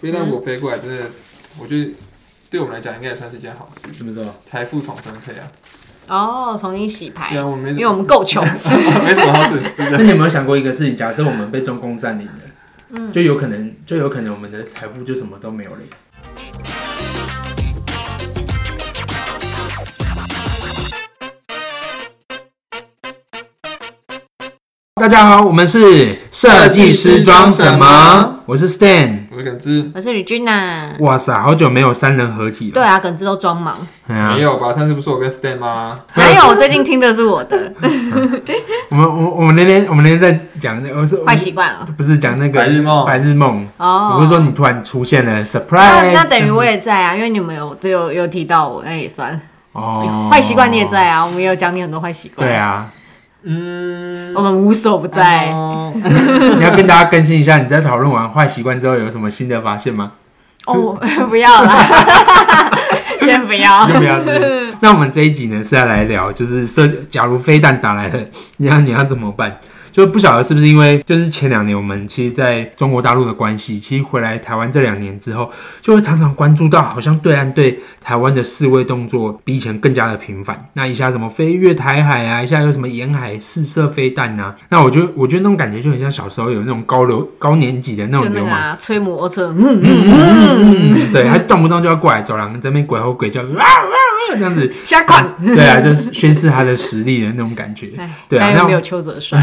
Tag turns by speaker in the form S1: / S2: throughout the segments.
S1: 飞弹国飞过来，真的，我觉得对我们来讲应该也算是一件好事，
S2: 什么时候？
S1: 财富重分配啊。
S3: 哦，重新洗牌
S1: 对，啊，我们
S3: 因
S1: 没
S3: 为
S1: 什
S3: 我
S1: 么，
S3: 们够 穷。
S1: 没什么好损失
S2: 那
S1: 的。
S2: 你有没有想过一个事情？假设我们被中共占领了，嗯，就有可能，就有可能我们的财富就什么都没有了。大家好，我们是
S1: 设计师装什么？
S2: 我是 Stan。
S1: 我感知
S3: 我是吕君呐。
S2: 哇塞，好久没有三人合体了。
S3: 对啊，耿直都装忙，
S2: 对啊
S1: 没，有吧？上次不是我跟 Stan 吗？
S3: 哪有？我最近听的是我 的
S2: 我们我我们那天我们那天在讲那，我说
S3: 坏习惯哦。
S2: 不是讲那个
S1: 白日梦
S2: 白日梦。
S3: 哦，
S2: 我不是说你突然出现了 surprise，
S3: 那那等于我也在啊，因为你们有有有提到我，那也算
S2: 哦
S3: 坏习惯你也，在啊，我们也有讲你很多坏习惯。
S2: 对，啊，
S1: 嗯
S3: 我，们无所不哦在。
S1: 哦
S2: 你要跟大家更新一下，你在讨论完坏习惯之后有什么新的发现吗？
S3: 哦，不要啦， 先不要
S2: 就。不要是。那我们这一集呢是要来聊，就是设，假如飞弹打来了，你要你要怎么办？就不晓得是不是因为，就是前两年我们其实在中国大陆的关系，其实回来台湾这两年之后，就会常常关注到，好像对岸对台湾的示威动作比以前更加的频繁。那一下什么飞越台海啊，一下有什么沿海试射飞弹啊，那我觉得我觉得那种感觉就很像小时候有那种高流高年级的那
S3: 就
S2: 种
S3: 那
S2: 流
S3: 个
S2: 氓
S3: 啊，吹摩托车，嗯嗯，
S2: 嗯，对，他动不动就要过来走廊这边鬼吼鬼叫，哇哇哇这样子，
S3: 瞎款。
S2: 对啊，就是宣示他的实力的那种感觉。
S3: 哎，
S2: 对啊
S3: 那
S2: 那
S3: 又
S2: 我
S3: 没有邱泽帅，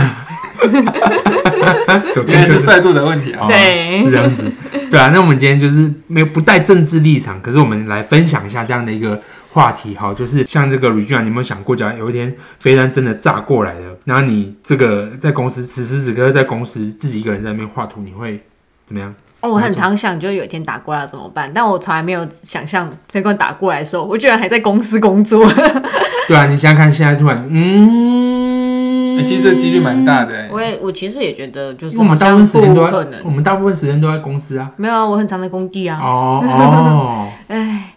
S2: 手
S1: 原来
S2: 边就是
S1: 帅度的问 题啊。
S3: 对
S2: 哦是这样子，对啊。那我们今天就是没有不带政治立场，可是我们来分享一下这样的一个话题哈，就是像这个 Regina，你有没有想过，假如有一天飞弹真的炸过来了，然后你这个在公司此时此刻在公司自己一个人在那边画图，你会怎 么样？
S3: 哦，我很常想，就有一天打过来要怎么办？但我从来没有想象飞官打过来的时候，我居然还在公司工作。
S2: 对啊，你想想看，现在突然，嗯，
S1: 欸其实这几率蛮大的欸。
S3: 我也，我其实也觉得，就
S2: 因
S3: 是
S2: 为我们大部分时间都
S3: 好像不可
S2: 在，我
S3: 能。
S2: 们大部分时间都在公司啊。
S3: 没有啊，我很常在工地啊。
S2: 哦 哦，
S3: 哎，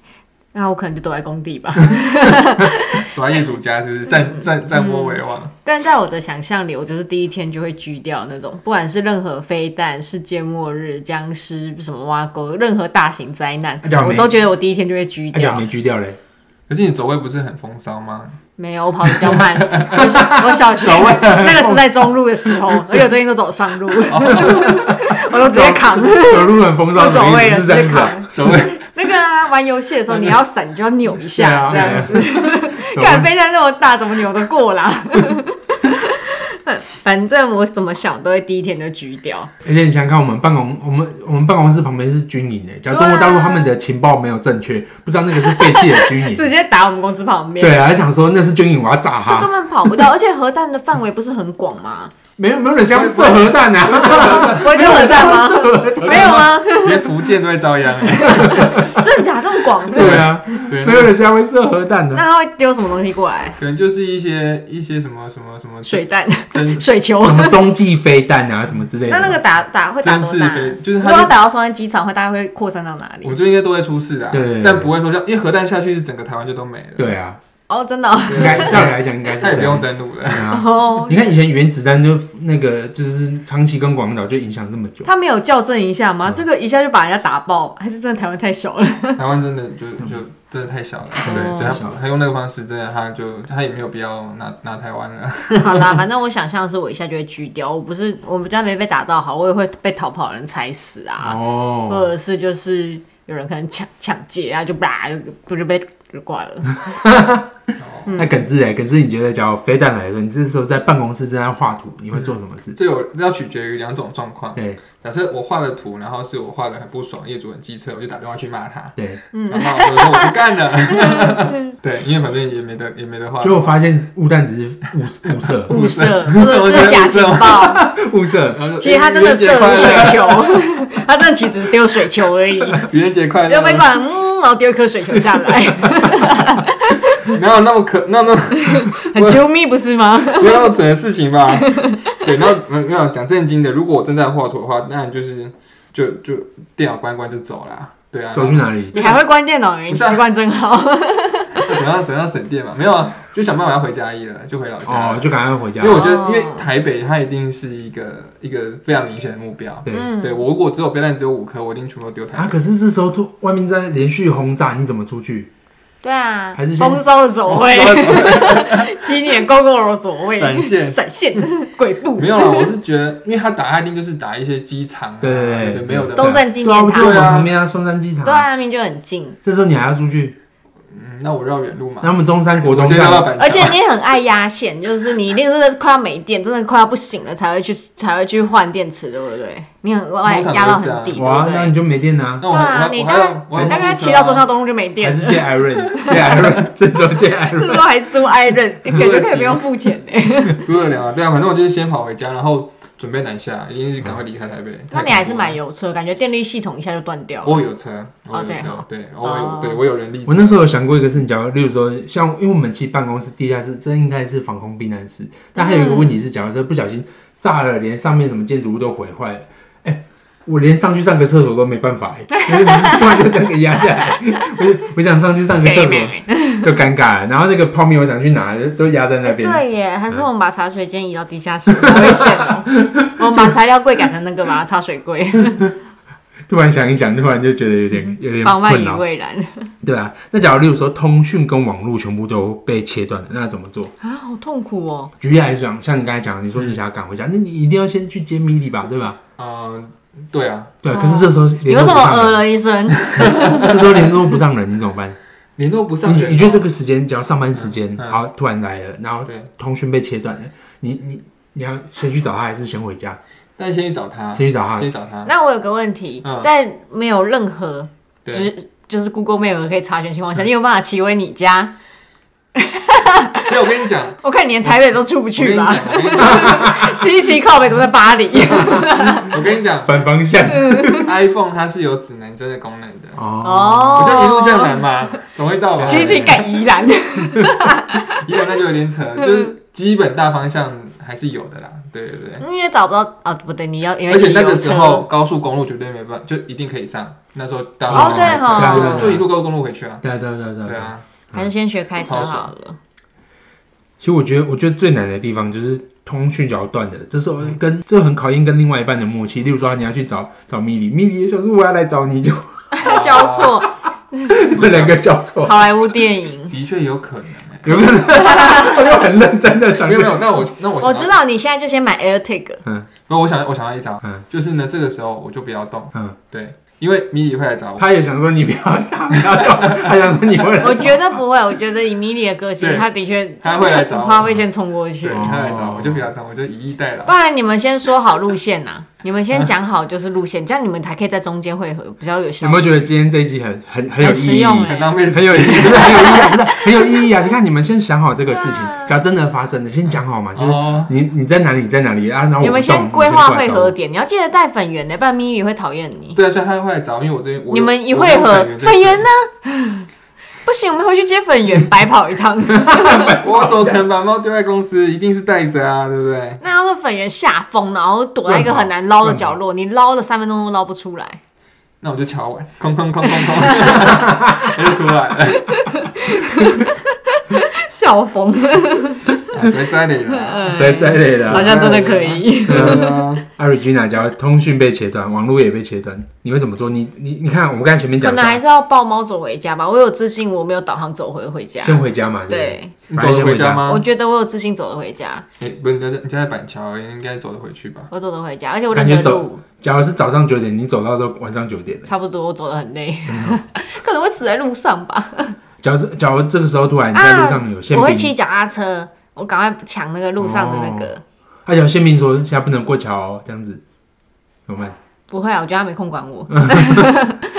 S3: 那我可能就都在工地吧。
S1: 主要业主家
S3: 嗯
S1: 就是占占占窝为王，
S3: 但在我的想象里，我就是第一天就会狙掉那种，不管是任何飞弹、世界末日、僵尸、什么挖沟，任何大型灾难
S2: 那假，如
S3: 我
S2: 没
S3: 都觉得我第一天就会狙
S2: 而且我
S3: 掉
S2: 没。狙掉嘞，
S1: 可是你走位不是很风骚吗？
S3: 没有，我跑得比较慢。我小我小学那个是在中路的时候，而且我最近都走上路，我都直接扛， 我
S2: 哦走路很风骚，
S3: 走位了，
S2: 是
S3: 直
S2: 这
S3: 接
S2: 样子啊。
S3: 扛。
S1: 走位
S3: 那个啊，玩游戏的时候，你要闪你就要扭一
S2: 对
S3: 下，
S2: 啊
S3: 这样子。
S2: 走
S3: 敢
S2: 位
S3: 飞弹那么大，怎么扭得过 啦？反正我怎么想都会第一天就狙掉。
S2: 而且你想想看，我们办公，我们我们办公室旁边是军营诶，假如中国大陆他们的情报没有正确，不知道那个是废弃的军 营。
S3: 直接打我们公司旁边。
S2: 对啊，啊还想说那是军营，我要炸
S3: 他根
S2: 他，
S3: 本跑不到，而且核弹的范围不是很广 吗？
S2: 没有没有人像射核弹啊，
S3: 不会丢核弹吗？没有吗？
S1: 连福建都会遭 殃欸。
S3: 真假这么广？
S2: 对啊，
S1: 对，
S2: 没有人像会射核弹啊
S3: 那
S2: 的。
S3: 他会丢什么东西过来？
S1: 可能就是一些一些什么什么什么
S3: 水弹、
S1: 针
S3: 水球。
S2: 什么中继飞弹啊，什么之类
S3: 那那
S2: 的。
S3: 个打打会打
S1: 针
S3: 多
S1: 刺
S3: 大？
S1: 飞，就
S3: 如
S1: 是
S3: 果要
S1: 它。
S3: 打到松山机场，会大概会扩散到哪
S1: 我
S3: 里
S1: 们？这边应该都会出事的啊，
S2: 对
S1: 但不会说像，因为核弹下去是整个台湾就都没了，
S2: 对啊，
S3: 哦，真的哦
S2: 应该照理来讲应该是
S1: 那也
S2: 这
S1: 不
S2: 样
S1: 用。登陆了。
S2: 对啊
S3: 哦，
S2: 你看以前原子弹就那个就是长崎跟广岛就影响这么 久，
S3: 他没有校正一下吗？
S1: 嗯
S3: 这个一下就把人家打爆，还是真的台湾太小 了？
S1: 台湾真的就就真的太小了，对，
S3: 哦
S1: 所以
S2: 嗯太小了
S1: 他他用那个方式，真的他就他也没有必要拿拿台湾了。
S3: 好啦，反正我想象的是我一下就会狙掉，我不是我们家没被打到好，我也会被逃跑的人踩死啊。
S2: 哦，
S3: 或者是就是有人可能抢抢劫啊，就啪就不就被就挂 了。
S1: 哦
S2: 那耿志哎，耿志，你觉得假如飞弹来的时候，你这时候在办公室正在画图，你会做什么事？
S1: 这有要取决于两种状况。
S2: 对
S1: 假设我画的图，然后是我画的很不爽，业主很机车，我就打电话去骂他，
S2: 对，
S3: 嗯
S1: 然后我就说我不干了。 对，因为反正也没得也没得画。
S2: 结果发现雾弹只是雾雾射，
S3: 物色或者是假情报，
S2: 雾射，
S1: 然后就
S3: 其实他真的射
S1: 愚人节
S3: 水
S1: 快乐
S3: 球， 他真的其实只是丢水球而已，
S1: 愚人节快
S3: 就被
S1: 乐，
S3: 管嗯，然后丢一颗水球下来，
S1: 没有那么可那那
S3: 很啾咪不是 吗？
S1: 不要那么蠢的事情吧。对，然后嗯没有没有讲正经的，如果我真在画图的话，那就是就就电脑关一关就走啦。对啊，
S2: 走去哪里？
S3: 啊你还会关电脑，你习惯真好。
S1: 怎样怎样省电嘛？没有啊，就想办法要回家一了，就回老家了。
S2: 哦，就赶快回家
S1: 嗯因为。我觉得，
S3: 哦
S1: 因为台北它一定是一个一个非常明显的目标。
S2: 对
S1: 对
S3: 嗯，
S1: 我如果只有飞弹只有五颗，我一定全部都丢台
S2: 啊，
S1: 北。
S2: 可是这时候突外面在连续轰炸，你怎么出去？
S3: 对啊，
S2: 还是先哦
S3: 丰收的走位，七年公共的走位，
S1: 闪 现
S3: 闪现，鬼步
S1: 没，有啦，我是觉得，因为他打他一定就是打一些机场啊，
S2: 对对对
S1: 对，没有的。
S3: 中正纪
S2: 对啊，
S3: 念
S2: 不就我
S3: 堂，
S2: 们旁边啊，松山机场
S3: 对
S2: 啊。
S3: 啊，那边就很近，
S2: 这时候你还要出去，
S1: 嗯，那我绕远路嘛。
S2: 那我们中山国中
S1: 我先绕到
S2: 站，啊
S1: 板桥
S3: 而且你也很爱压线，就是你一定是快要没电，真的快要不行了才会去才会去换电池，对不对？你很爱压到很底，对
S2: 哇
S3: 不，
S2: 那
S3: 对？
S2: 你就没电啦、
S1: 那
S3: 对
S1: 我
S3: 啊，
S1: 还
S3: 你
S1: 我
S3: 大
S1: 还
S3: 概
S1: 要我还
S3: 你大概
S1: 要
S3: 骑到中
S1: 啊
S3: 央东路就没
S2: 还
S3: 电
S2: 是
S3: 了，
S2: 借 Iron，借 Iron，这时候借 Iron。
S3: 这时候还 租 i 任，感觉可以不用付钱欸呢。
S1: 诸葛亮啊，对啊，反正我就是先跑回家，然后准备南下，一定是赶快离开台北。
S3: 嗯那你还是买油车，感觉电力系统一下就断掉了。
S1: 我有车，我有
S3: 对
S1: 车
S3: 哦，
S1: 对，我
S3: 哦
S1: 有，对我有人力
S2: 我
S1: 车。
S2: 那时候有想过一个事情，假如例如说，像因为我们其实办公室地下室，这应该是防空避难室，但还有一个问题是，假如说不小心炸了，连上面什么建筑物都毁坏了，哎、我连上去上个厕所都没办法、哎，就是突然就这样给压下来，我我想上去上个厕所
S3: 妹妹
S2: 就尴尬了，然后那个泡面我想去拿都压在那边，
S3: 哎对耶，还是我们把茶水间移到地下室， 好危险哦！我们把材料柜改成那个吧，茶水柜，
S2: 突然想一想，突然就觉得有点有点
S3: 防万
S2: 困
S3: 以
S2: 扰，
S3: 未然
S2: 对啊。那假如例如说通讯跟网络全部都被切断了，那怎么做？
S3: 啊，好痛苦哦。
S2: 举例来讲，像你刚才讲，你说你想要赶回家，那你一定要先去接米莉吧，对吧？
S1: 嗯，对啊，
S2: 对，
S3: 哦
S2: 可是这时候
S3: 你
S2: 联
S3: 为
S2: 络
S3: 什
S2: 不
S3: 么呃
S2: 上人，
S3: 了一声？
S2: 这时候联络不上人，你怎么办？
S1: 联络不上
S2: 你
S1: 人。
S2: 你觉得这个时间，只要上班时间
S1: 嗯，嗯
S2: 好突然来了，然后
S1: 对，
S2: 通讯被切断了，你你你要先去找他，还是先回家？
S1: 但先去找他，
S2: 先去啊找他
S1: 啊先去找他。
S3: 那我有个问题，
S1: 嗯
S3: 在没有任何
S1: 对
S3: 只就是啊 Google Map 可以查询情况下，你有办法骑回你家？
S1: 对，我跟你讲，
S3: 我看你连台北都出不 去 吧，
S1: 我跟你讲
S3: 骑一骑靠北怎么在巴黎？
S1: 我跟你讲
S2: 反方向
S1: ，iPhone 它是有指南针的功能的。
S2: 哦，
S3: 哦，
S1: 我就一路向南嘛，总会到吧。
S3: 骑一骑赶宜兰，
S1: 一来那就有点扯，就是基本大方向还是有的啦。对对对，
S3: 因为找不到啊，不对，你要因
S1: 而
S3: 为
S1: 且
S3: 骑
S1: 那
S3: 油
S1: 个时
S3: 车
S1: 候。高速公路绝对没办法，就一定可以上。那时候大
S3: 哦
S1: 陆
S3: 对
S2: 哦
S1: 哈，
S2: 对啊对啊
S1: 就就一路高速公路回去啊。
S2: 对啊对啊对啊对啊
S1: 对啊，
S3: 还是先学开车好了。
S2: 其实我觉得，我觉得最难的地方就是通讯脚断的，这时候跟这很考验跟另外一半的默契。例如说，你要去找找米莉，米莉也想说我要来找你，就
S3: 交错
S2: 两个交错，
S3: 好莱坞 电影，
S1: 的确有可能欸。
S2: 有没有？ 我就很认真的想
S1: 没
S2: 这
S1: 有
S2: 个事
S1: 没
S2: 情，
S1: 有，那我那我
S3: 我知
S1: 想到，
S3: 道你现在就先买 AirTag，
S1: 那我想我想到一招
S2: 嗯，
S1: 就是呢，这个时候我就不要动。
S2: 嗯，
S1: 对，因为米里会来找我。
S2: 他也想说你不要打，不要动，他想说你会来
S3: 我觉得不会，我觉得以米莉的个性，
S1: 对
S3: 她的确
S1: 她会来找我
S3: 她会先冲过去
S1: 对，。他来找我，我就不要动，我就以逸待劳
S3: 不。然你们先说好路线呐、啊你们先讲好就是路线，这样你们才可以在中间汇合，比较有效
S2: 有没。有觉得今天这一集很很很有
S3: 很实
S2: 意义？
S3: 用欸
S1: 很浪费时
S2: 很
S1: 间。
S2: 有意义，不是很有意义啊，不是很有意义啊！你看，你们先想好这个事情
S3: 对啊，
S2: 假如真的发生了，先讲好嘛，就是
S1: 哦，
S2: 你你在哪里，你在哪里啊？然后我
S3: 你们
S2: 不动
S3: 先规划汇。
S2: 你就过来找我
S3: 合点，你要记得带粉圆的，不然咪咪会讨厌你。
S1: 对啊，所以他会来找，因为我这边我
S3: 你们一
S1: 我
S3: 汇
S1: 有
S3: 合，粉圆
S1: 呢？
S3: 呢？ 不行，我们回去接粉圆，白跑 一趟。
S1: 我怎么可能把猫丢在公司？一定是带着啊，对不对？
S3: 那要是粉圆下风，然后躲在一个很难捞的角落，你捞了三分钟都捞不 出来，
S1: 那我就敲碗，空空空空空，它就出来了，
S3: 笑疯，
S1: 在啊在里 了。
S2: 在在累的
S3: 呃好
S2: 啊。
S3: 像真的可 以。
S1: 对啊，
S2: 艾瑞吉娜，假如通讯被切断，网络也被切断，你会怎么做？你你你看，我们刚才前面
S3: 可
S2: 讲
S3: 能还
S2: 说，
S3: 是要抱猫走回家吧。我有自信，我没有导航走回回家。
S2: 先回家嘛，对
S3: 对，
S1: 你走得回家吗
S2: 啊
S3: 我？觉得我有自信走得回家，
S1: 哎，不是，你在你在板桥而已，应该走得回去吧？
S3: 我走得回家，而且我认
S2: 感觉
S3: 得
S2: 走
S3: 路，
S2: 不对。假如是早上九点，你走到都晚上九点了。
S3: 差不多我走得很累，
S2: 嗯
S3: 可能会死在路上吧。
S2: 假如假如这个时候突然你在路上有宪
S3: 啊我会
S2: 兵，
S3: 骑脚踏车，我赶快抢那个路上的那
S2: 哦
S3: 个。
S2: 他讲宪兵说现在不能过桥哦，这样子怎么办？
S3: 不会啊，我觉得他没空管
S2: 哦
S3: 我。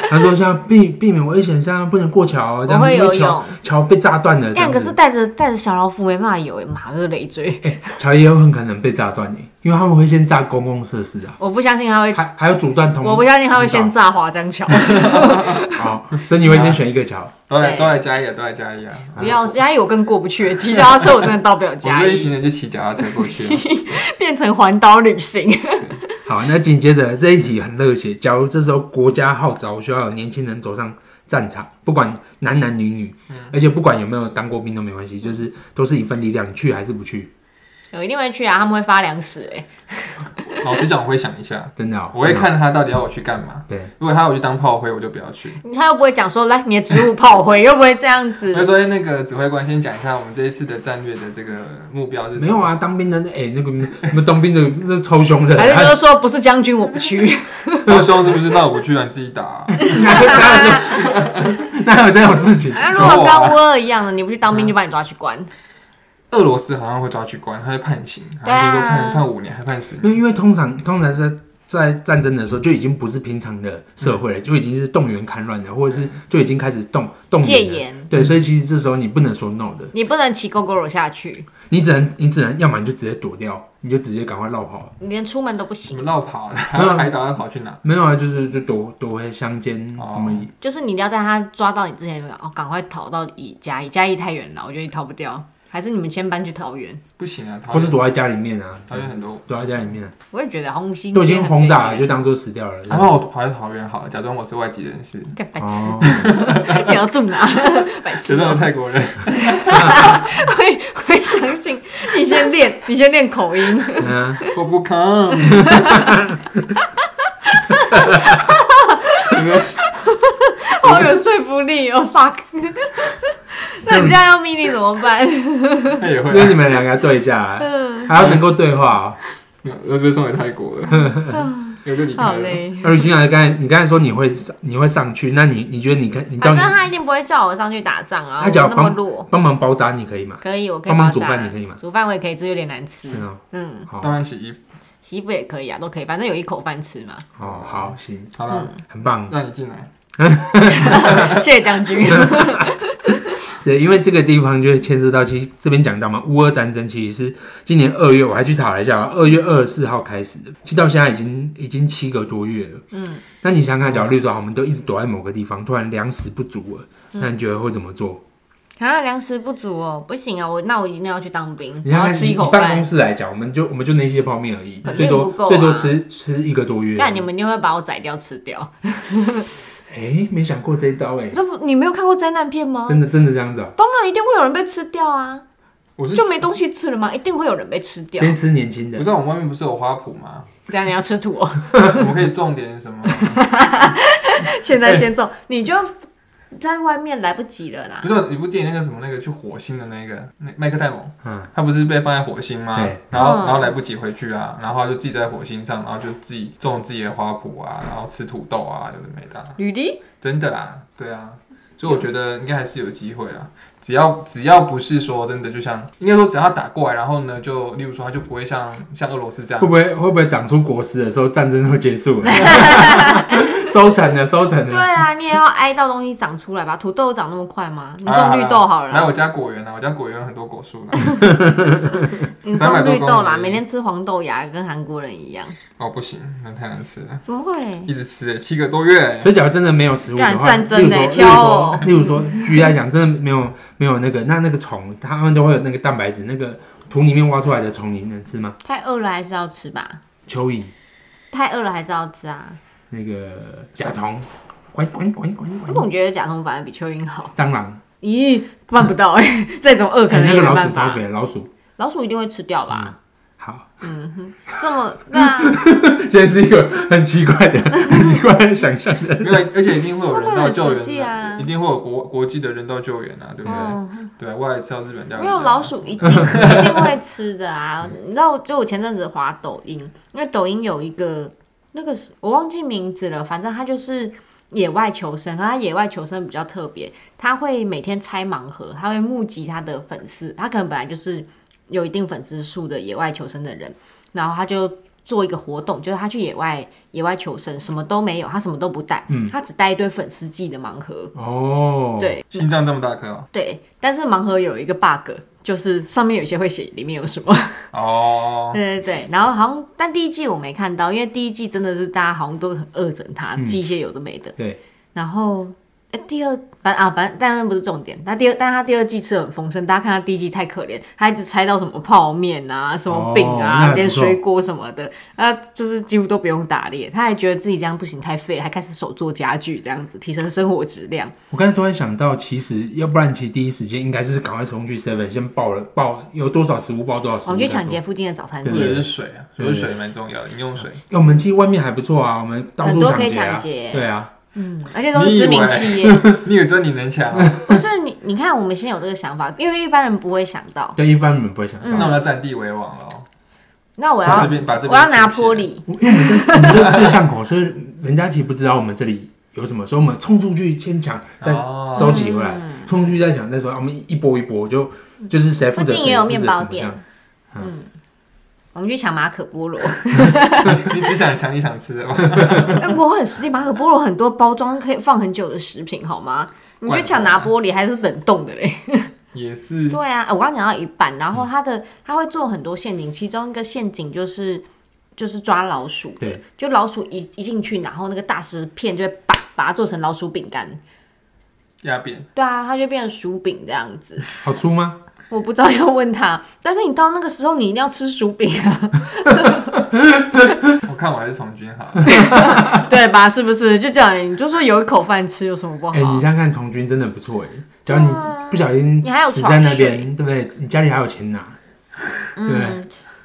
S2: 他说像避避免危险，现在不能过桥哦，这
S3: 我
S2: 样子
S3: 会
S2: 因为
S3: 游
S2: 桥
S3: 泳，
S2: 桥被炸断了，这
S3: 但
S2: 样
S3: 可是
S2: 子
S3: 带着带着小老虎没办法游，马是累 赘。
S2: 桥也有很可能被炸断耶，因为他们会先炸公共设施啊，
S3: 我不相信他会
S2: 还还有阻断通
S3: 我
S2: 道
S3: 不。相信他会先炸华江 桥，
S2: 啊好，哦所以你会先选一个桥，
S1: 都来
S3: 对
S1: 都来嘉义啊，都来嘉义啊！
S3: 不要，嘉义我更过不去，骑脚踏车我真的到不了
S1: 我
S3: 嘉
S1: 们这一
S3: 义，
S1: 行人就骑脚踏车过去啊。
S3: 变成环岛旅行。
S2: 好，那紧接着这一题很热血。假如这时候国家号召需要有年轻人走上战场，不管男男女女，
S1: 嗯
S2: 而且不管有没有当过兵都没关系，就是都是一份力量，你去还是不去？
S3: 我一定会去啊，他们会发粮食哎、
S1: 老实讲，我会想一下，
S2: 真的、哦，
S1: 我会。看他到底要我去干嘛。
S2: 对，
S1: 如果他要我去当炮灰，我就不要去。
S3: 他又不会讲说来你的职务炮灰，又不会这样
S1: 我就
S3: 子。
S1: 说哎那个指挥官先讲一下我们这一次的战略的这个目标是什
S2: 没
S1: 么。
S2: 有啊，当兵的那哎、那个那个当兵的那超凶的，
S3: 还是
S2: 他
S3: 就是说不是将军我不 去，
S1: 那么凶是不是？那我居然自己打啊、
S2: 那哪有这种事情？
S3: 那如果跟乌二一样的，你不去当
S2: 啊
S3: 兵就把你抓去关。
S1: 俄罗斯好像会抓去关，他会判刑，好
S3: 对啊
S1: 像就是说判判五年，还判十
S2: 因
S1: 年。
S2: 为因为通常通常是在战争的时候就已经不是平常的社
S3: 嗯
S2: 会了，就已经是动员戡乱了，或者是就已经开始动动员
S3: 戒
S2: 了
S3: 严，
S2: 对，所以其实这时候你不能说 no 的，
S3: 你不能骑狗狗下去，
S2: 你只能你只能要么你就直接躲掉，你就直接赶快绕跑。
S3: 你连出门都不
S1: 什
S3: 行。
S1: 么绕跑啊，还
S2: 没有
S1: 要海岛要跑去哪？
S2: 没有啊，就是就躲躲回乡间
S1: 哦
S2: 什么以，
S3: 就是你一定要在他抓到你之前，哦，赶快逃到以嘉义，嘉义太远了，我觉得你逃不掉。还是你们先搬去桃园，
S1: 不行啊，桃
S2: 或是
S1: 园
S2: 躲在家里面啊，
S1: 桃园很多。
S2: 躲在家里面啊、
S3: 我也觉得红心
S2: 都已经轰炸了，
S3: 了，
S2: 就当做死掉了。
S3: 哦
S1: 然后我跑去桃园好了，假装我是外籍人士，
S3: 干白痴，
S2: 哦，
S3: 你要住哪？白痴
S1: 假装我泰国人。
S3: 会会相信你先练，你先练口音。
S2: 嗯啊，
S1: 我不扛。
S3: 好有说服力 哦，fuck！那你这样要命令怎么办？
S1: 他也会
S2: 那
S1: 啊，
S2: 你们两个要对一下、啊，还要能够对话、哦
S1: 那被送回泰国了，有就离开
S3: 好
S1: 了。
S3: 嘞
S2: 哦。，二军啊，刚才你刚才说你会上你会上去，那你你觉得你看你
S3: 反
S2: 到你
S3: 正他一定不会叫我上去打仗啊，
S2: 他
S3: 我
S2: 只要
S3: 那么
S2: 帮
S3: 弱。
S2: 帮忙包扎，你可以吗？
S3: 可以，我可以
S2: 帮忙
S3: 包
S2: 煮
S3: 扎
S2: 饭你可以吗
S3: 煮饭我也可以，只是有点难吃。
S2: 真的哦
S3: 嗯，
S1: 当
S2: 好
S1: 然洗衣服。
S3: 洗衣服也可以啊，都可以，反正有一口饭吃嘛。
S2: 哦好行，
S1: 好了，
S2: 很棒。
S1: 让你进来。
S3: 谢谢将 军。
S2: 对，因为这个地方就会牵涉到，其实这边讲到嘛，乌俄战争其实是今年二月，我还去查了一下，二月二十四号开始的，其实到现在已经已经七个多月了。嗯，那你想想看，假如例如说好我们都一直躲在某个地方，突然粮食不足了，那你觉得会怎么做？
S3: 啊，粮食不足哦，不行啊，我那我一定要去当兵，
S2: 你
S3: 然
S2: 想
S3: 后
S2: 看，
S3: 吃
S2: 以
S3: 一口
S2: 办公
S3: 饭。
S2: 室来讲，我们就我们就那些泡面而已，
S3: 肯定
S2: 最多
S3: 不够啊
S2: 最多吃吃一个多月。
S3: 但你们一定会把我宰掉吃掉。
S2: 哎，没想过这一招哎，
S3: 这不，你没有看过灾难片吗？
S2: 真的真的这样子啊？
S3: 当然一定会有人被吃掉啊，
S1: 我是
S3: 就没东西吃了吗？一定会有人被吃掉。
S2: 先吃年轻
S1: 不
S2: 的
S1: 知，道我们外面不是有花圃吗？
S3: 这样你要吃土哦，
S1: 我们可以种点什么？
S3: 现在先种，你就在外面来不及了啦
S1: 不。是有一部电影那个什么那个去火星的那个那麦克戴蒙，
S2: 嗯，
S1: 他不是被放在火星吗
S2: 对？
S1: 然后
S3: 嗯
S1: 然后来不及回去啊，然后他就自己在火星上，然后就自己种自己的花圃啊，然后吃土豆啊，有的没的啊，
S3: 履历
S1: 真的啦，对啊。所以我觉得应该还是有机会啦，只要只要不是说真的，就像应该说只要他打过来，然后呢，就例如说他就不会像像俄罗斯这样
S2: 会，不会会不会长出果实的时候，战争都结束了， 收成了，收成
S3: 对
S2: 了。
S3: 啊，你也要挨到东西长出来吧？土豆有长那么快吗？你
S1: 好啦
S3: 种绿豆好了
S1: 来
S3: 啦，
S1: 我家果园啊，我家果园有很多果树啦。
S3: 你
S1: 300
S3: 种
S1: 多
S3: 绿豆啦，
S1: 公里
S3: 每天吃黄豆芽，跟韩国人一样。
S1: 哦，不行，那太难吃了，
S3: 怎么会？
S1: 一直吃欸七个多月欸。
S2: 所以，假如真的没有食物的
S3: 干
S2: 话，
S3: 战争
S2: 例如
S3: 欸
S2: 说，
S3: 挑哦
S2: 例如说，例如说，举例来讲，真的没有没有那个，那那个虫，它们都会有那个蛋白质，那个土里面挖出来的虫，你能吃吗？
S3: 太饿了还是要吃吧？
S2: 蚯蚓，
S3: 太饿了还是要吃啊？
S2: 那个甲虫，滚滚滚滚
S3: 我总
S2: 滚，
S3: 觉得甲虫反而比蚯蚓好。
S2: 蟑螂，
S3: 嗯咦，办不到哎、 再怎么饿可
S2: 哎
S3: 能
S2: 那
S3: 也
S2: 个
S3: 没
S2: 老
S3: 办
S2: 鼠
S3: 法。
S2: 超肥，老鼠。
S3: 老鼠一定会吃掉吧？
S2: 好，
S3: 这么啊那
S2: 现在是一个很奇怪的、 很奇怪的想象的。
S1: 没有，而且一定会有人道救
S3: 会不会很实
S1: 援
S3: 际
S1: 的，
S3: 啊
S1: 一定会有国国际的人道救援啊，对不对？
S3: 哦，
S1: 对，啊我也知道日本料理。
S3: 没有老鼠一定 一定会吃的啊！你知道，就我前阵子滑抖音，因为抖音有一个那个是呃我忘记名字了，反正它就是野外求生，可它野外求生比较特别，它会每天拆盲盒，它会募集它的粉丝，它可能本来就是有一定粉丝数的野外求生的人，然后他就。做一个活动，就是他去野外野外求生，什么都没有，他什么都不带，他只带一堆粉丝寄的盲盒，
S2: 哦，
S3: 对，
S1: 心脏这么大颗哦。
S3: 对，但是盲盒有一个 bug，就是上面有些会写里面有什么。
S1: 哦，
S3: 对对对，然后好像但第一季我没看到，因为第一季真的是大家好像都很恶整它，记一些有的没的。
S2: 嗯对，
S3: 然后哎、哎，第二反啊，反正但那不是重点。他第二，但他第二季吃得很丰盛，大家看他第一季太可怜，他一直拆到什么泡面啊、什么饼
S2: 哦那
S3: 啊、
S2: 还
S3: 连
S2: 不错
S3: 水果什么的，那就是几乎都不用打猎。他还觉得自己这样不行，太废了，还开始手做家具这样子，提升生活质量。
S2: 我刚才突然想到，其实要不然，其实第一时间应该是赶快冲去 Seven 先报了报有多少食物报多少食物。
S3: 哦我们去抢劫。附近的早餐
S2: 对
S1: 或者
S3: 店，
S1: 是水啊，所以水蛮重要的，饮用水。
S2: 哎，我们其实外面还不错啊，我们到
S3: 很
S2: 处
S3: 多
S2: 抢
S3: 可以
S2: 劫啊。
S3: 抢劫
S2: 对啊，
S3: 嗯，而且都是知名企 业。
S1: 你以为真你能抢啊？
S3: 不是你，你看我们先有这个想法，因为一般人不会想到。
S2: 对，一般你们不会想到。
S3: 嗯
S1: 那我们要占地为王了哦。
S3: 那我
S1: 把这
S3: 要
S1: 边把这边
S3: 我要拿
S1: 圈起来
S3: 玻。璃，
S2: 因为我们这我们这这巷口，所以人家其实不知道我们这里有什么，所以我们冲出去先抢， 再
S1: 哦
S2: 收集回来，
S3: 嗯
S2: 冲出去再抢再啊收，我们一波一波就就是谁负责
S3: 附近也
S2: 谁
S3: 有
S2: 负责
S3: 面
S2: 什
S3: 包
S2: 么这
S3: 店
S2: 样。
S3: 我们去抢马可 波罗。
S1: 你只想抢你想吃的吗？
S3: 哎、我很实力，马可波罗很多包装可以放很久的食品，好吗？你去抢拿玻璃还是冷冻的嘞？
S1: 也是
S3: 对啊，我刚刚讲到一半，然
S1: 嗯
S3: 后它的它会做很多陷阱，其中一个陷阱就是就是抓老鼠的
S2: 对，
S3: 就老鼠一一进去，然后那个大石片就会把把它做成老鼠饼干，
S1: 压扁，
S3: 对啊，它就变成薯饼这样子。
S2: 好粗吗？
S3: 我不知道要问他，但是你到那个时候你一定要吃薯饼啊，
S1: 我看我还是从军好了。
S3: 对吧？是不是？就这样，你就说有一口饭吃有什么不好？啊
S2: 哎、你想想看，从军真的不错哎、只要你不小心
S3: 你还有
S2: 死在那
S3: 床睡
S2: 边，对不对？你家里还有钱拿，
S3: 嗯，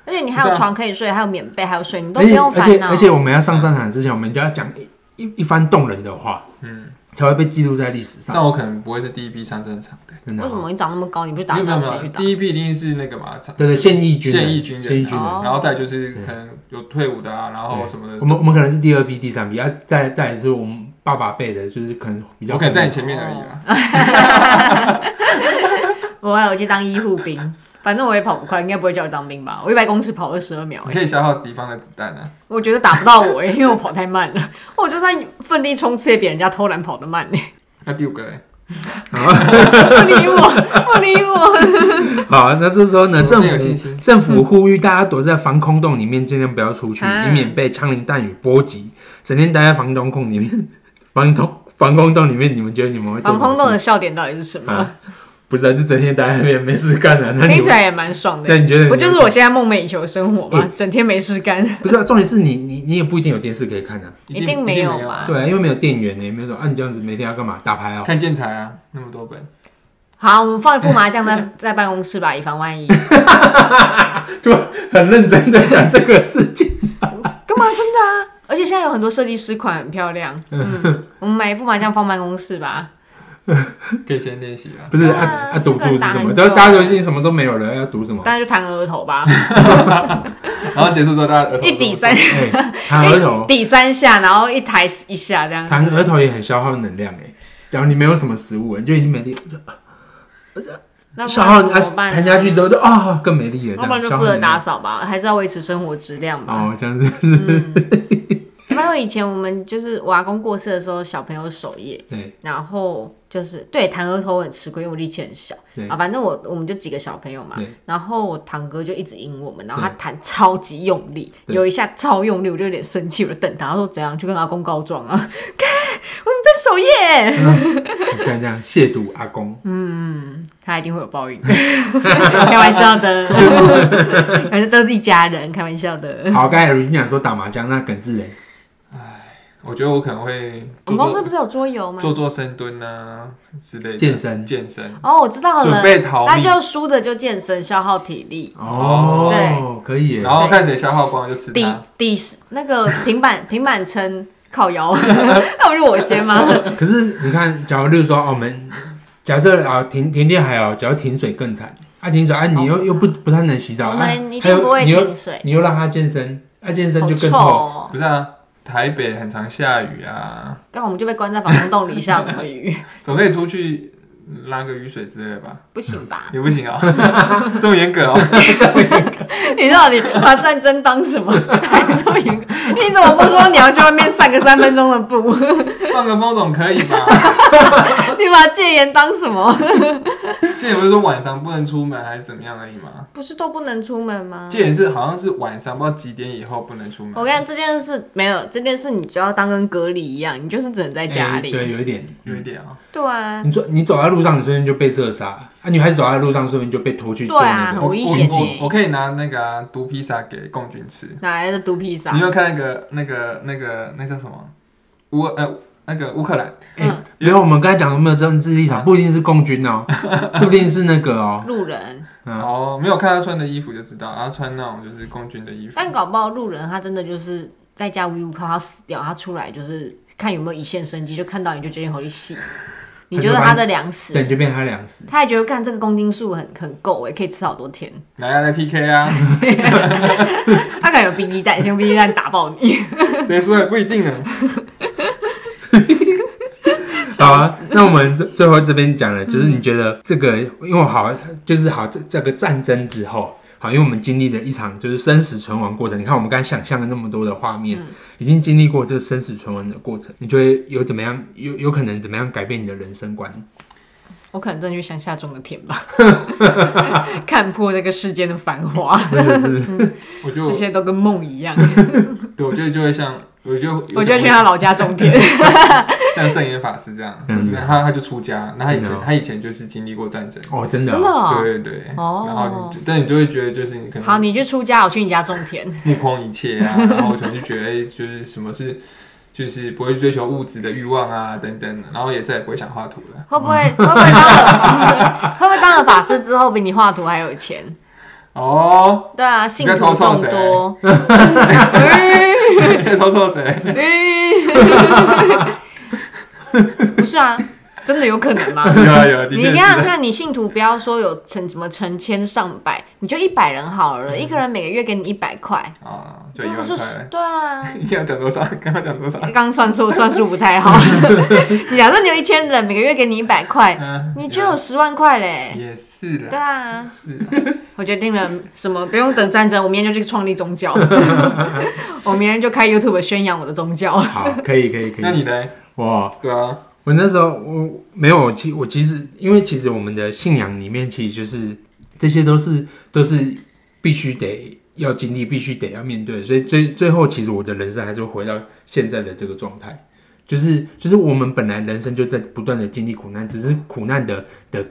S3: 而且你还有床可以睡，还有棉被，还有水，你都
S2: 而
S3: 不
S2: 且
S3: 用
S2: 而
S3: 烦
S2: 且
S3: 恼。
S2: 而且我们要上战场之前，我们就要讲一一一番动人的话，
S1: 嗯，哦
S2: 才会被记录在历史上。
S1: 但我可能不会是第一批上战场的。
S2: 真
S3: 为
S2: 的、
S3: 什
S2: 哦，
S3: 么你长那么高，你不去打
S1: 没有没有
S3: 仗，
S1: 没
S3: 谁去
S1: 有，
S3: 打？
S1: 第一批一定是那个嘛，
S2: 对对，现役军人，
S1: 现役军人啊
S2: 现役军人。
S3: 哦
S1: 然后再就是
S2: 对
S1: 可能有退伍的啊，然后什么
S2: 我
S1: 的。
S2: 们我们可能是第二批、第三批，啊，再再也是我们爸爸辈的，就是可能比较
S1: 我可能在你前面而已啦。
S3: 我要我去当医护兵，反正我也跑不快，应该不会叫我当兵吧？我一百公尺跑二十二 秒、
S1: 你
S3: 哎，
S1: 可以消耗敌方的子弹啊。
S3: 我觉得打不到我、哎，因为我跑太慢了，我就算奋力冲刺也比人家偷懒跑得慢、 哎，
S1: 那第五个嘞，
S3: 不理我，不理 我。
S2: 好，那这时候呢，
S1: 我
S2: 政
S1: 真有信
S2: 府
S1: 心
S2: 政府呼吁大家躲在防空洞里面，尽量不要出去，
S3: 嗯啊
S2: 以免被枪林弹雨波及。整天待在防空洞里面，防空防空洞里面，你们觉得你们会做
S3: 防空洞
S2: 什么
S3: 的
S2: 事
S3: 笑点到底是什么？
S2: 啊？不是啊，就整天待在那边没事干啊。那你
S3: 听起来也蛮爽的、
S2: 那你觉得你
S3: 不就是我现在梦寐以求的生活
S2: 嗯
S3: 吗？整天没事干，
S2: 不是啊？重点是你你你也不一定有电视可以看啊。
S3: 一定没有
S1: 啊
S3: 吧
S2: 对啊，因为没有电源呢，也没有说啊，你这样子每天要干嘛？打牌啊、
S1: 看建材啊，那么多本，
S3: 好，我们放一副麻将在在办公室吧，以防万一。
S2: 就很认真的讲这个事情。
S3: 干嘛？真的啊！而且现在有很多设计师款很漂 亮，嗯，我们买一副麻将放办公室吧。
S1: 可以先练习啦。
S2: 不是
S3: 对啊
S2: 啊啊，
S3: 四
S2: 赌
S3: 个
S2: 注
S3: 人
S2: 是
S3: 打
S2: 什么？
S3: 很啊
S2: 都
S3: 久
S2: 大家都已经什么都没有了，要赌什么？
S3: 当然就弹额头吧，
S1: 然后结束之后，大家额头
S3: 一抵三，
S2: 哎 弹额头，
S3: 抵三下，然后一抬一下这样
S2: 弹
S3: 子。
S2: 额头也很消耗能量哎。然后你没有什么食物，你就已经没力，
S3: 那不
S2: 消耗
S3: 然
S2: 啊
S3: 怎么办？
S2: 弹下去之，后就啊更没力了，这
S3: 要不然
S2: 样
S3: 就
S2: 消
S3: 负
S2: 耗
S3: 责
S2: 能
S3: 打
S2: 量。
S3: 扫吧，还是要维持生活质量吧。
S2: 哦，这样子，
S3: 嗯，还有以前我们就是我阿公过世的时候，小朋友守夜，
S2: 对
S3: 然后就是对弹额头很吃亏，因为我力气很小
S2: 对
S3: 啊。反正我我们就几个小朋友嘛
S2: 对，
S3: 然后我堂哥就一直赢我们，然后他
S2: 对
S3: 弹超级用力，
S2: 对
S3: 有一下超用力，我就有点生气，我就瞪他，他说怎样去跟阿公告状 啊？看我们在守夜，
S2: 你看这样亵渎阿公，
S3: 他一定会有 报应，开玩笑的，反正都是一家人，开玩笑的。
S2: 好，刚才卢军讲说打麻将，那耿志磊
S1: 我觉得我可能会
S3: 我
S1: 做
S3: 们公司
S1: 做
S3: 不是有桌游吗？
S1: 做做深蹲啊之类的
S2: 健身
S1: 健身，
S3: 哦，我知道
S1: 准
S3: 了，
S1: 备逃
S3: 那
S1: 命，
S3: 就输的就健身，消耗体力。
S2: 哦，可以耶
S1: 然，后看谁消耗光就吃
S3: 底
S1: 它。
S3: 底是那个平板平板撑靠 腰，那不是我先吗？
S2: 可是你看，假如例如说，哦我们假设啊停停电还好，假如停水更惨。啊，停水啊，你又又不不太能洗澡，
S3: 哦我
S2: 啊
S3: 们一
S2: 还有
S3: 定不会
S2: 你又
S3: 停水，
S2: 你又让他健身，啊，健身
S3: 好
S2: 就更
S3: 臭
S2: 臭。
S3: 哦。
S1: 不是啊，台北很常下雨啊，
S3: 但我们就被关在防空洞里下什么 雨？
S1: 总可以出去拉个雨水之类的吧？
S3: 不行吧？
S1: 也不行啊、 这么严格哦、
S3: 你到底把战争当什 么？还这么严格？你怎么不说你要去外面散个三分钟的 步？
S1: 放个风总可以吧？
S3: 你把戒严当什么？
S1: 之前不是说晚上不能出门还是怎么样而已吗？
S3: 不是都不能出门吗？
S1: 之前是好像是晚上不知道几点以后不能出门。
S3: 嗯我跟你讲这件事没有这件事，你就要当跟隔离一样，你就是只能在家里。
S2: 哎对，有一点，
S1: 有一点啊，
S3: 对啊，
S2: 你走你走在路上，你顺便就被射杀啊！女孩子走在路上，顺便就被拖去
S3: 对
S2: 做那
S3: 啊
S2: 个。
S1: 我
S3: 很危险
S1: 我
S3: 欸
S1: 我我可以拿那个啊毒披萨给共军吃。
S3: 哪来的毒披萨
S1: 你有？没有看那个那个那个那叫什么乌呃那个乌克兰？
S2: 哎，原来我们刚才讲的没有政治立场，不一定是共 军哦，说不定是那个哦，
S3: 路人，
S2: 嗯
S1: 哦，没有看他穿的衣服就知道，然后穿那种就是共军的衣服。
S3: 但搞不好路人他真的就是在家无依无靠，他死掉，他出来就是看有没有一线生机，就看到你就决定好利息，你就是他的粮食
S2: 对，。你就变他粮食。
S3: 他也觉得干这个公斤数很很够哎，可以吃好多天。
S1: 来啊来 PK 啊，
S3: 他感觉有 BB 弹，先用 BB 弹打爆你。
S1: 谁说也不一定呢。
S2: 好啊，那我们最最后这边讲了，就是你觉得这个，因为好，就是好这这个战争之后，好，因为我们经历了一场就是生死存亡过程。你看我们刚才想象了那么多的画
S3: 嗯
S2: 面，已经经历过这生死存亡的过程，你觉得有怎么样，有有可能怎么样改变你的人生观？
S3: 我可能真的去乡下种个田吧， 看破这个世间的繁华，
S2: 真的是
S1: 我就
S3: 这些都跟梦一样。
S1: 对，我觉得就会像，我就
S3: 我就去他老家种田。
S1: 像圣严法师这样，
S2: 嗯
S1: 然后他他就出家，那他以
S2: 真的
S1: 前
S2: 哦
S1: 他以前就是经历过战争，
S2: 哦，真的、
S3: 真的、
S2: 哦，
S3: 哦。
S1: 对对对，
S3: 哦
S1: 然后你就但你就会觉得就是你可
S3: 好，
S1: 能
S3: 你去出家，我去你家种 田。
S1: 目空一切 啊，然后可能就觉得哎就是什么是就是不会追求物质的欲望啊等等的，然后也再也不会想画图了。
S3: 会不会会不会当了 会不会当了法师之后比你画图还有钱？
S1: 哦，
S3: 对啊，信
S1: 在
S3: 徒
S1: 偷笑
S3: 众
S1: 谁
S3: 多。 嗯
S1: 在偷笑谁？
S3: 嗯 不是啊，真的有可能吗？
S1: 有啊有啊，的
S3: 你
S1: 确
S3: 想想
S1: 是。
S3: 看，你信徒不要说有成什么成千上百，你就一百人好了，一个人每个月给你一百块，
S1: 啊，就
S3: 这
S1: 一万块
S3: 样就
S1: 了
S3: 是。对啊，
S1: 你要讲多少？刚刚讲多少？
S3: 刚刚算数算数不太好。你假设你有一千人，每个月给你一百块，
S1: 嗯，
S3: 你就有十万块嘞。
S1: 也是
S3: 对
S1: 啦，
S3: 啊，
S1: 是啦
S3: 我决定了，什么不用等战争，我明天就去创立宗教。我明天就开 YouTube 宣扬我的宗教。
S2: 好，可以，可以，可
S1: 那
S2: 以。
S1: 你呢？
S2: 哇，
S1: 对啊，
S2: 我那时候我没有，我其我其实因为其实我们的信仰里面，其实就是这些都是都是必须得要经历，必须得要面对，所以最最后其实我的人生还是会回到现在的这个状态。就是就是我们本来人生就在不断的经历苦难，只是苦难的的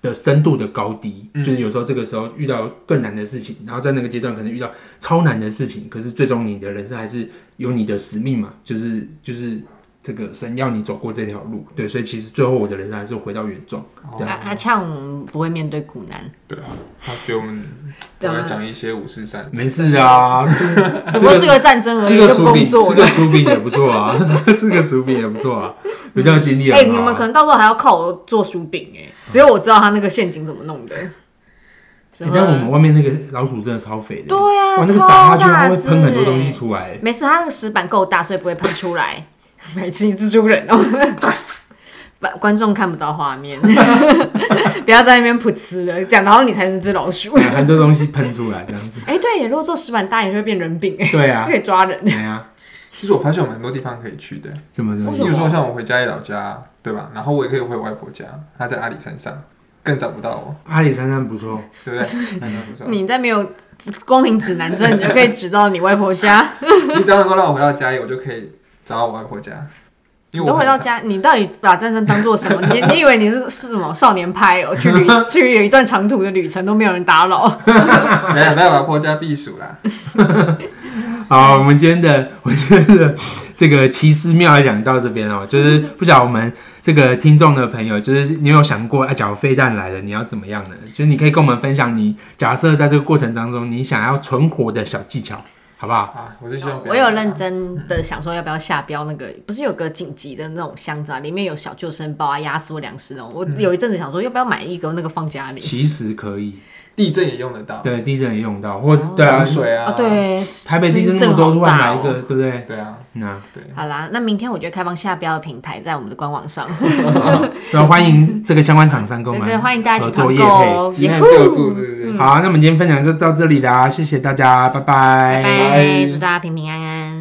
S2: 的深度的高低，
S1: 嗯
S2: 就是有时候这个时候遇到更难的事情，然后在那个阶段可能遇到超难的事情，可是最终你的人生还是有你的使命嘛，就是就是这个神要你走过这条路，对，所以其实最后我的人生还是回到原状，
S1: 哦
S2: 对
S3: 啊，啊，呛我们不会面对苦难，
S1: 他给我们
S3: 对
S1: 我来
S3: 啊，
S1: 讲一些五四三。
S2: 没事啊，吃
S3: 只
S2: 吃
S3: 不过是
S2: 个
S3: 嗯个战争而
S2: 吃
S3: 已，
S2: 个
S3: 就
S2: 薯饼，
S3: 工作
S2: 吃个
S3: 了。
S2: 薯饼也不错啊， 吃个薯饼也不错啊，有这样经历
S3: 哎，
S2: 很
S3: 你
S2: 好
S3: 们
S2: 啊
S3: 可能到时候还要靠我做薯饼哎，只有我知道他那个陷阱怎么弄 的。
S2: 欸但我们外面那个老鼠真的超肥的，
S3: 对啊
S2: 哇，那个
S3: 超
S2: 砸下去
S3: 大
S2: 它会
S3: 只
S2: 喷很多东
S3: 欸
S2: 西出来。
S3: 没事，它那个石板够大，所以不会喷出来。白痴蜘蛛人哦，把 观众看不到画面， 不要在那边噗呲了讲，然后你才是只老 鼠。
S2: 很多东西喷出来这样子，
S3: 哎、对耶，如果做石板大，你就会变人饼哎，
S2: 对啊
S3: 就可，以抓人。
S2: 对啊，
S1: 其实我发现有蛮多地方可以去的，
S2: 什么东
S3: 为
S1: 比
S3: 什么
S2: 西？
S1: 如说像我回家里老家，对吧？然后我也可以回外婆家，她在阿里山上，更找不到我，
S2: 阿里山山不错，
S1: 对不 对？那找不到
S3: 你在没有公平指南针，你就可以指到你外婆家。
S1: 你只要能够让我回到家里，我就可以找到我外婆家，因
S3: 你
S1: 为
S3: 都
S1: 我
S3: 回
S1: 很
S3: 到
S1: 常
S3: 家，你到底把战争当做什么？你你以为你是是什么少年派哦？去 旅去有一段长途的旅程都没有人打扰。
S1: 没有没有外婆家避暑啦。
S3: 嗯
S2: 好，我们今天的， 我觉得这个奇思妙也讲到这边哦，就是不晓得我们这个听众的朋友，就是你有想过，啊，假如飞弹来了，你要怎么样呢？就是你可以跟我们分享你假设在这个过程当中，你想要存活的小技巧，好不好？
S1: 啊，我就希望不要
S3: 我有认真
S2: 嗯
S3: 的想说要不要下标那个，不是有个紧急的那种箱子啊，里面有小救生包啊、压缩粮食那种。我有一阵子想说要不要买一个那个放家里
S2: 嗯其实可以，
S1: 地震也用得到，
S2: 对，地震也用到，或是对啊
S1: 洪，水啊，
S3: 啊？对，
S2: 台北地震那么多，
S3: 地
S2: 突
S3: 震好
S2: 然
S3: 大
S2: 来
S3: 哦
S2: 一个，对不对？
S1: 对啊，
S2: 那、
S1: 对，
S3: 好啦，那明天我就开放下标的平台在我们的官网上，
S2: 所以欢迎这个相关厂商跟我
S3: 对
S2: 们
S3: 对，欢迎大家一
S2: 合
S3: 起团
S2: 作业
S3: 购
S2: 配。
S3: 哦。
S1: 急难
S3: 耶呼
S1: 救助是不
S2: 嗯
S1: 是？
S2: 好，那我们今天分享就到这里啦，谢谢大家，拜
S3: 拜
S2: 拜
S3: 拜，祝大家平平安安。